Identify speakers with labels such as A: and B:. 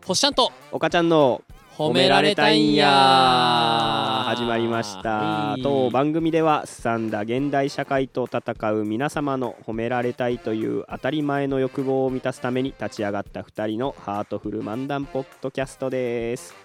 A: ポッシャンと
B: おかちゃんの
A: 褒められたいんや
B: 始まりました
A: はい
B: 当番組ではすんだ現代社会と戦う皆様の褒められたいという当たり前の欲望を満たすために立ち上がった2人のハートフル漫談ポッドキャストです